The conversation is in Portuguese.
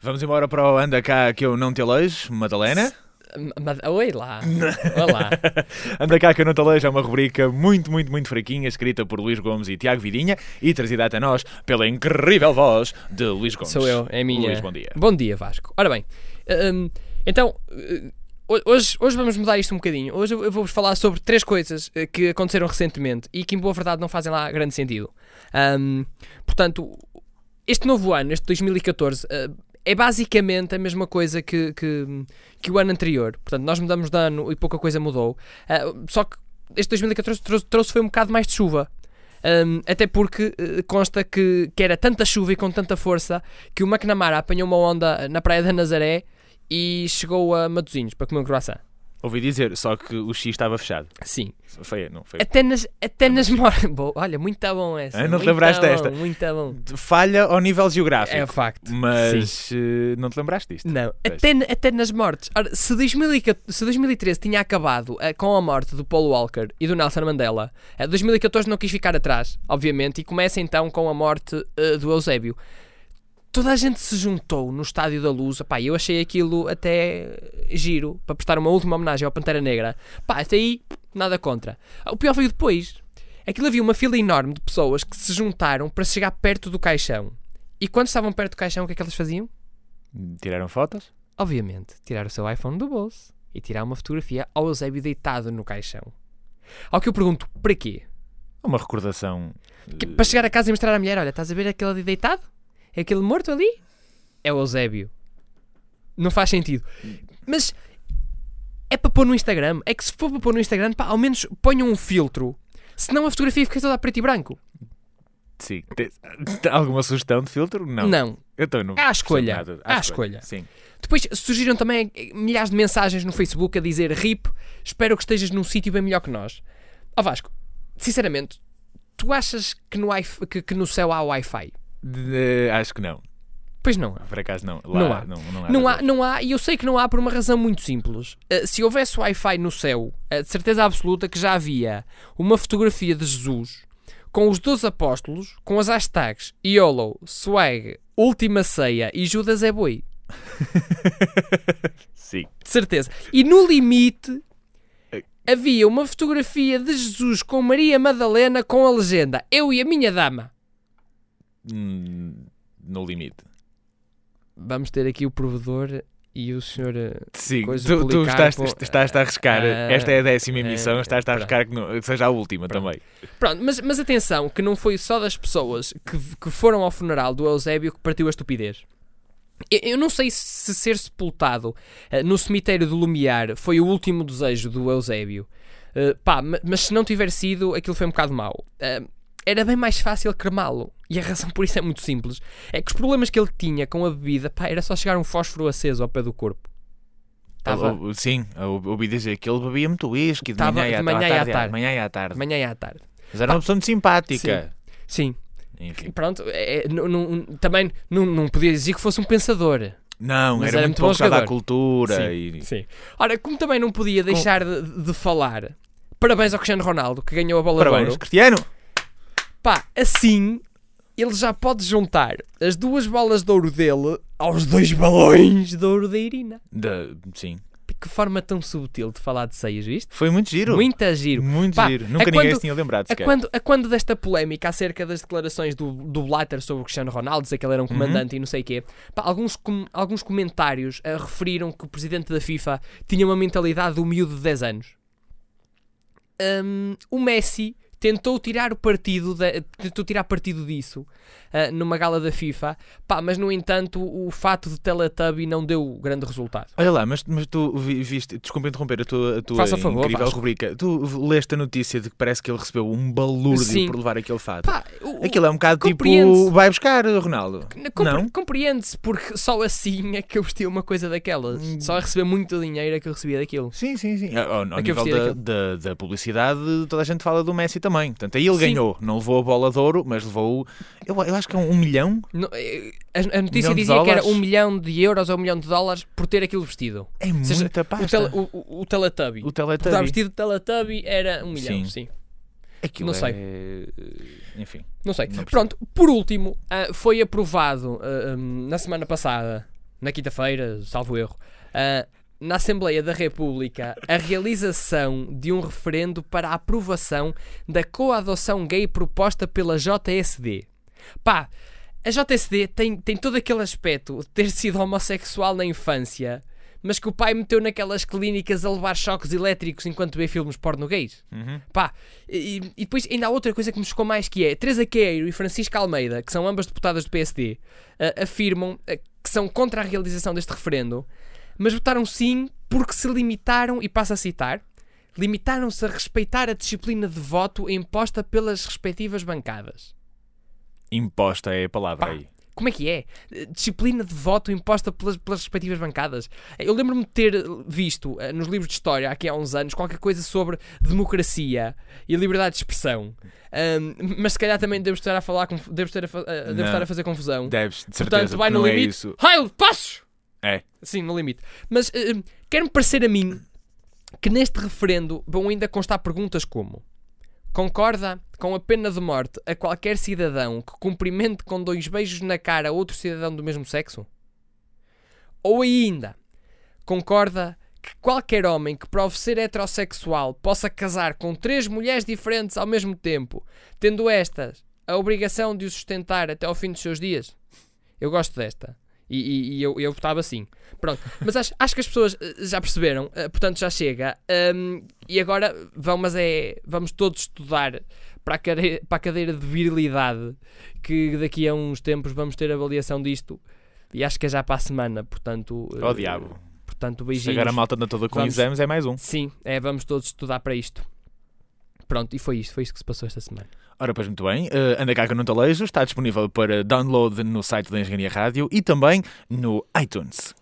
Vamos embora para o Anda Cá Que Eu Não Te Alejo, Madalena. Mas, oi lá. Olá. Anda Cá Que Eu Não Te Alejo é uma rubrica muito, muito, muito fraquinha, escrita por Luís Gomes e Tiago Vidinha e trazida até nós pela incrível voz de Luís Gomes. Sou eu, é a minha. Luís, bom dia. Bom dia, Vasco. Ora bem, hum, então. hum, Hoje, hoje vamos mudar isto um bocadinho. Hoje eu eu vou-vos falar sobre três coisas eh, que aconteceram recentemente e que, em boa verdade, não fazem lá grande sentido. Hum, portanto, este novo ano, este 2014, eh, é basicamente a mesma coisa que, que, que o ano anterior. Portanto, nós mudamos de ano e pouca coisa mudou. Ah, só que este 2014 trouxe, trouxe foi um bocado mais de chuva. Hum, até porque eh, consta que, que era tanta chuva e com tanta força que o McNamara apanhou uma onda na Praia da Nazaré e chegou a Matosinhos para comer um croissant. Ouvi dizer, só que o X estava fechado. Sim. Foi, não, foi. Até nas, até nas mor- Boa, Olha, muito tá bom essa. Ah, É, não te muito lembraste tá bom, desta? Muito tá bom. Falha ao nível geográfico. É facto. mas Sim. eh, não te lembraste disto? Não, Pois. até, na- até nas mortes. Ora, se, 2014 se 2013 tinha acabado eh, com a morte do Paul Walker e do Nelson Mandela, eh, 2014 não quis ficar atrás, obviamente, e começa então com a morte eh, do Eusébio. Toda a gente se juntou no Estádio da Luz. Pá, eu achei aquilo até giro para prestar uma última homenagem ao Pantera Negra. Pá, até aí, nada contra. O pior veio depois. Aquilo havia uma fila enorme de pessoas que se juntaram para chegar perto do caixão. E quando estavam perto do caixão, o que é que elas faziam? Tiraram fotos? obviamente, tirar o seu iPhone do bolso e tirar uma fotografia ao Eusébio deitado no caixão. Ao que eu pergunto, para quê? Uma recordação. Que- é para chegar a casa e mostrar à mulher, olha, estás a ver aquele ali deitado? É aquele morto ali? É o Eusébio. Não faz sentido. Mas é para pôr no Instagram. É que se for para pôr no Instagram, pá, ao menos ponham um filtro. Senão a fotografia fica toda a preto e branco. Sim. Te- Alguma sugestão de filtro? Não. Não. Eu tô, não É à percebo escolha. nada. É à escolha. Sim. Depois surgiram também eh, milhares de mensagens no Facebook a dizer RIP, espero que estejas num sítio bem melhor que nós. Ó Vasco, sinceramente, tu achas que no, wi- que, que no céu há Wi-Fi? De- acho que não. Pois não há. Por acaso não. Lá, Não há. Não, não há. Não nada. há, não há, e eu sei que não há por uma razão muito simples. Eh, se houvesse Wi-Fi no céu, eh, de certeza absoluta que já havia uma fotografia de Jesus com os 12 apóstolos, com as hashtags YOLO, Swag, Última Ceia e Judas é Boi. Sim. De certeza. E no limite havia uma fotografia de Jesus com Maria Madalena com a legenda Eu e a minha dama. Hum, no limite. Vamos ter aqui o provedor e o senhor. eh, Sim. Coisa Tu, tu Policarpo, estás, estás a arriscar. ah, Esta é a décima ah, emissão. Estás a arriscar que, não- que seja a última também. Pronto, mas, mas atenção que não foi só das pessoas que, que foram ao funeral do Eusébio que partiu a estupidez. Eu, eu não sei se ser sepultado eh, no cemitério de Lumiar foi o último desejo do Eusébio. Eh, pá, ma- mas se não tiver sido, aquilo foi um bocado mau. Eh, era bem mais fácil cremá-lo. E a razão por isso é muito simples. É que os problemas que ele tinha com a bebida, pá, era só chegar um fósforo aceso ao pé do corpo. Estava Ou- ou- Sim. ou- Ouvi dizer que ele bebia muito uísque de Tava manhã e à Tá de manhã e à tarde. é, tarde. De manhã e à tarde. de manhã e à tarde. Mas era uma pessoa muito simpática. Sim, Enfim. pronto. é- é- não- não- também não, não podia dizer que fosse um pensador. Não, Mas era, era muito muito bom bom à jogador. cultura. Sim, e- Sim. Ora, como também não podia deixar de, de falar, parabéns ao Cristiano Ronaldo que ganhou a bola de Parabéns, ouro. Cristiano. Pá, assim ele já pode juntar as duas bolas de ouro dele aos dois balões de ouro da Irina. Da- sim. Que forma tão subtil de falar de ceias, viste? Foi muito giro. Muita giro. Muito Pá, giro. é Nunca ninguém quando- se tinha lembrado A sequer. quando, a quando desta polémica acerca das declarações do, do Blatter sobre o Cristiano Ronaldo, dizer que ele era um Uhum. comandante e não sei o quê, pá, alguns, com- alguns comentários ah, referiram que o presidente da FIFA tinha uma mentalidade do miúdo de 10 anos. Hum, o Messi tentou tirar o partido da- tentou tirar partido disso ah, numa gala da FIFA, pá, mas no entanto o fato de Teletubby não deu grande resultado. Olha lá, mas, mas tu vi- viste, desculpa interromper a tua, a tua Faça favor, incrível Vasco. rubrica. Tu leste a notícia de que parece que ele recebeu um balúrdio Sim. por levar aquele fato. Pá, o- Aquilo é um bocado tipo, compreende-se. vai buscar, Ronaldo. N- compre- Não? Compreende-se, porque só assim é que eu vestia uma coisa daquelas. Só a receber muito dinheiro é que eu recebia daquilo. Sim, sim, sim. É, Ao, ao Aquele nível da, vestido, da, da publicidade, toda a gente fala do Messi também. Portanto, aí ele Sim. ganhou. Não levou a bola de ouro, mas levou, eu, eu acho que é um, um milhão. No- eh, a, a notícia Milhão de dizia que era dólares? um milhão de euros ou um milhão de dólares por ter aquilo vestido. É Ou seja, muita pasta. O, tele, o, o- o Teletubby. O Por estar Teletubby. vestido de Teletubby era um milhão, Sim. sim. Aquilo não sei. é- Enfim. Não sei. Não percebo. Pronto, por último, ah, foi aprovado ah, hum, na semana passada na quinta-feira, salvo erro, ah, na Assembleia da República, a realização de um referendo para a aprovação da coadoção gay proposta pela JSD. Pá, a JSD tem, tem todo aquele aspecto de ter sido homossexual na infância, mas que o pai meteu naquelas clínicas a levar choques elétricos enquanto vê filmes porno gays. Pá, e, e depois ainda há outra coisa que me chocou mais que é Teresa Queiro e Francisca Almeida, que são ambas deputadas do PSD, ah, afirmam ah, que são contra a realização deste referendo, mas votaram sim porque se limitaram, e passo a citar, limitaram-se a respeitar a disciplina de voto imposta pelas respectivas bancadas. Imposta é a palavra Pá. aí. Como é que é? Eh, Disciplina de voto imposta pelas, pelas respectivas bancadas. Eh, Eu lembro-me de ter eh, visto eh, nos livros de história, aqui há uns anos, qualquer coisa sobre democracia e liberdade de expressão. Ahm, mas se calhar também devo estar a falar, conf- devo estar a, fa- eh, devo Não. estar a fazer confusão. Deves, de certeza, Portanto, vai porque no não é limite. isso. Raio, passos! É. Sim, no limite. Mas eh, eh, quero-me parecer a mim que neste referendo vão ainda constar perguntas como: Concorda com a pena de morte a qualquer cidadão que cumprimente com dois beijos na cara outro cidadão do mesmo sexo? Ou ainda, concorda que qualquer homem que prove ser heterossexual possa casar com três mulheres diferentes ao mesmo tempo, tendo estas a obrigação de o sustentar até ao fim dos seus dias? Eu gosto desta. E, e- e eu, eu votava assim. Pronto. Mas acho, acho que as pessoas eh, já perceberam, eh, portanto já chega. Ahm, e agora vamos, é, vamos todos estudar para a, cadeira, para a cadeira de virilidade, que daqui a uns tempos vamos ter avaliação disto. E acho que é já para a semana, portanto. eh, Ó diabo. Portanto, Se beijinhos. Chegar a malta na toda com Vamos. exames é mais um. Sim, é, vamos todos estudar para isto. Pronto, e foi isto, foi isto que se passou esta semana. Ora, pois muito bem, eh, Anda Cá que eu não te alejo está disponível para download no site da Engenharia Rádio e também no iTunes.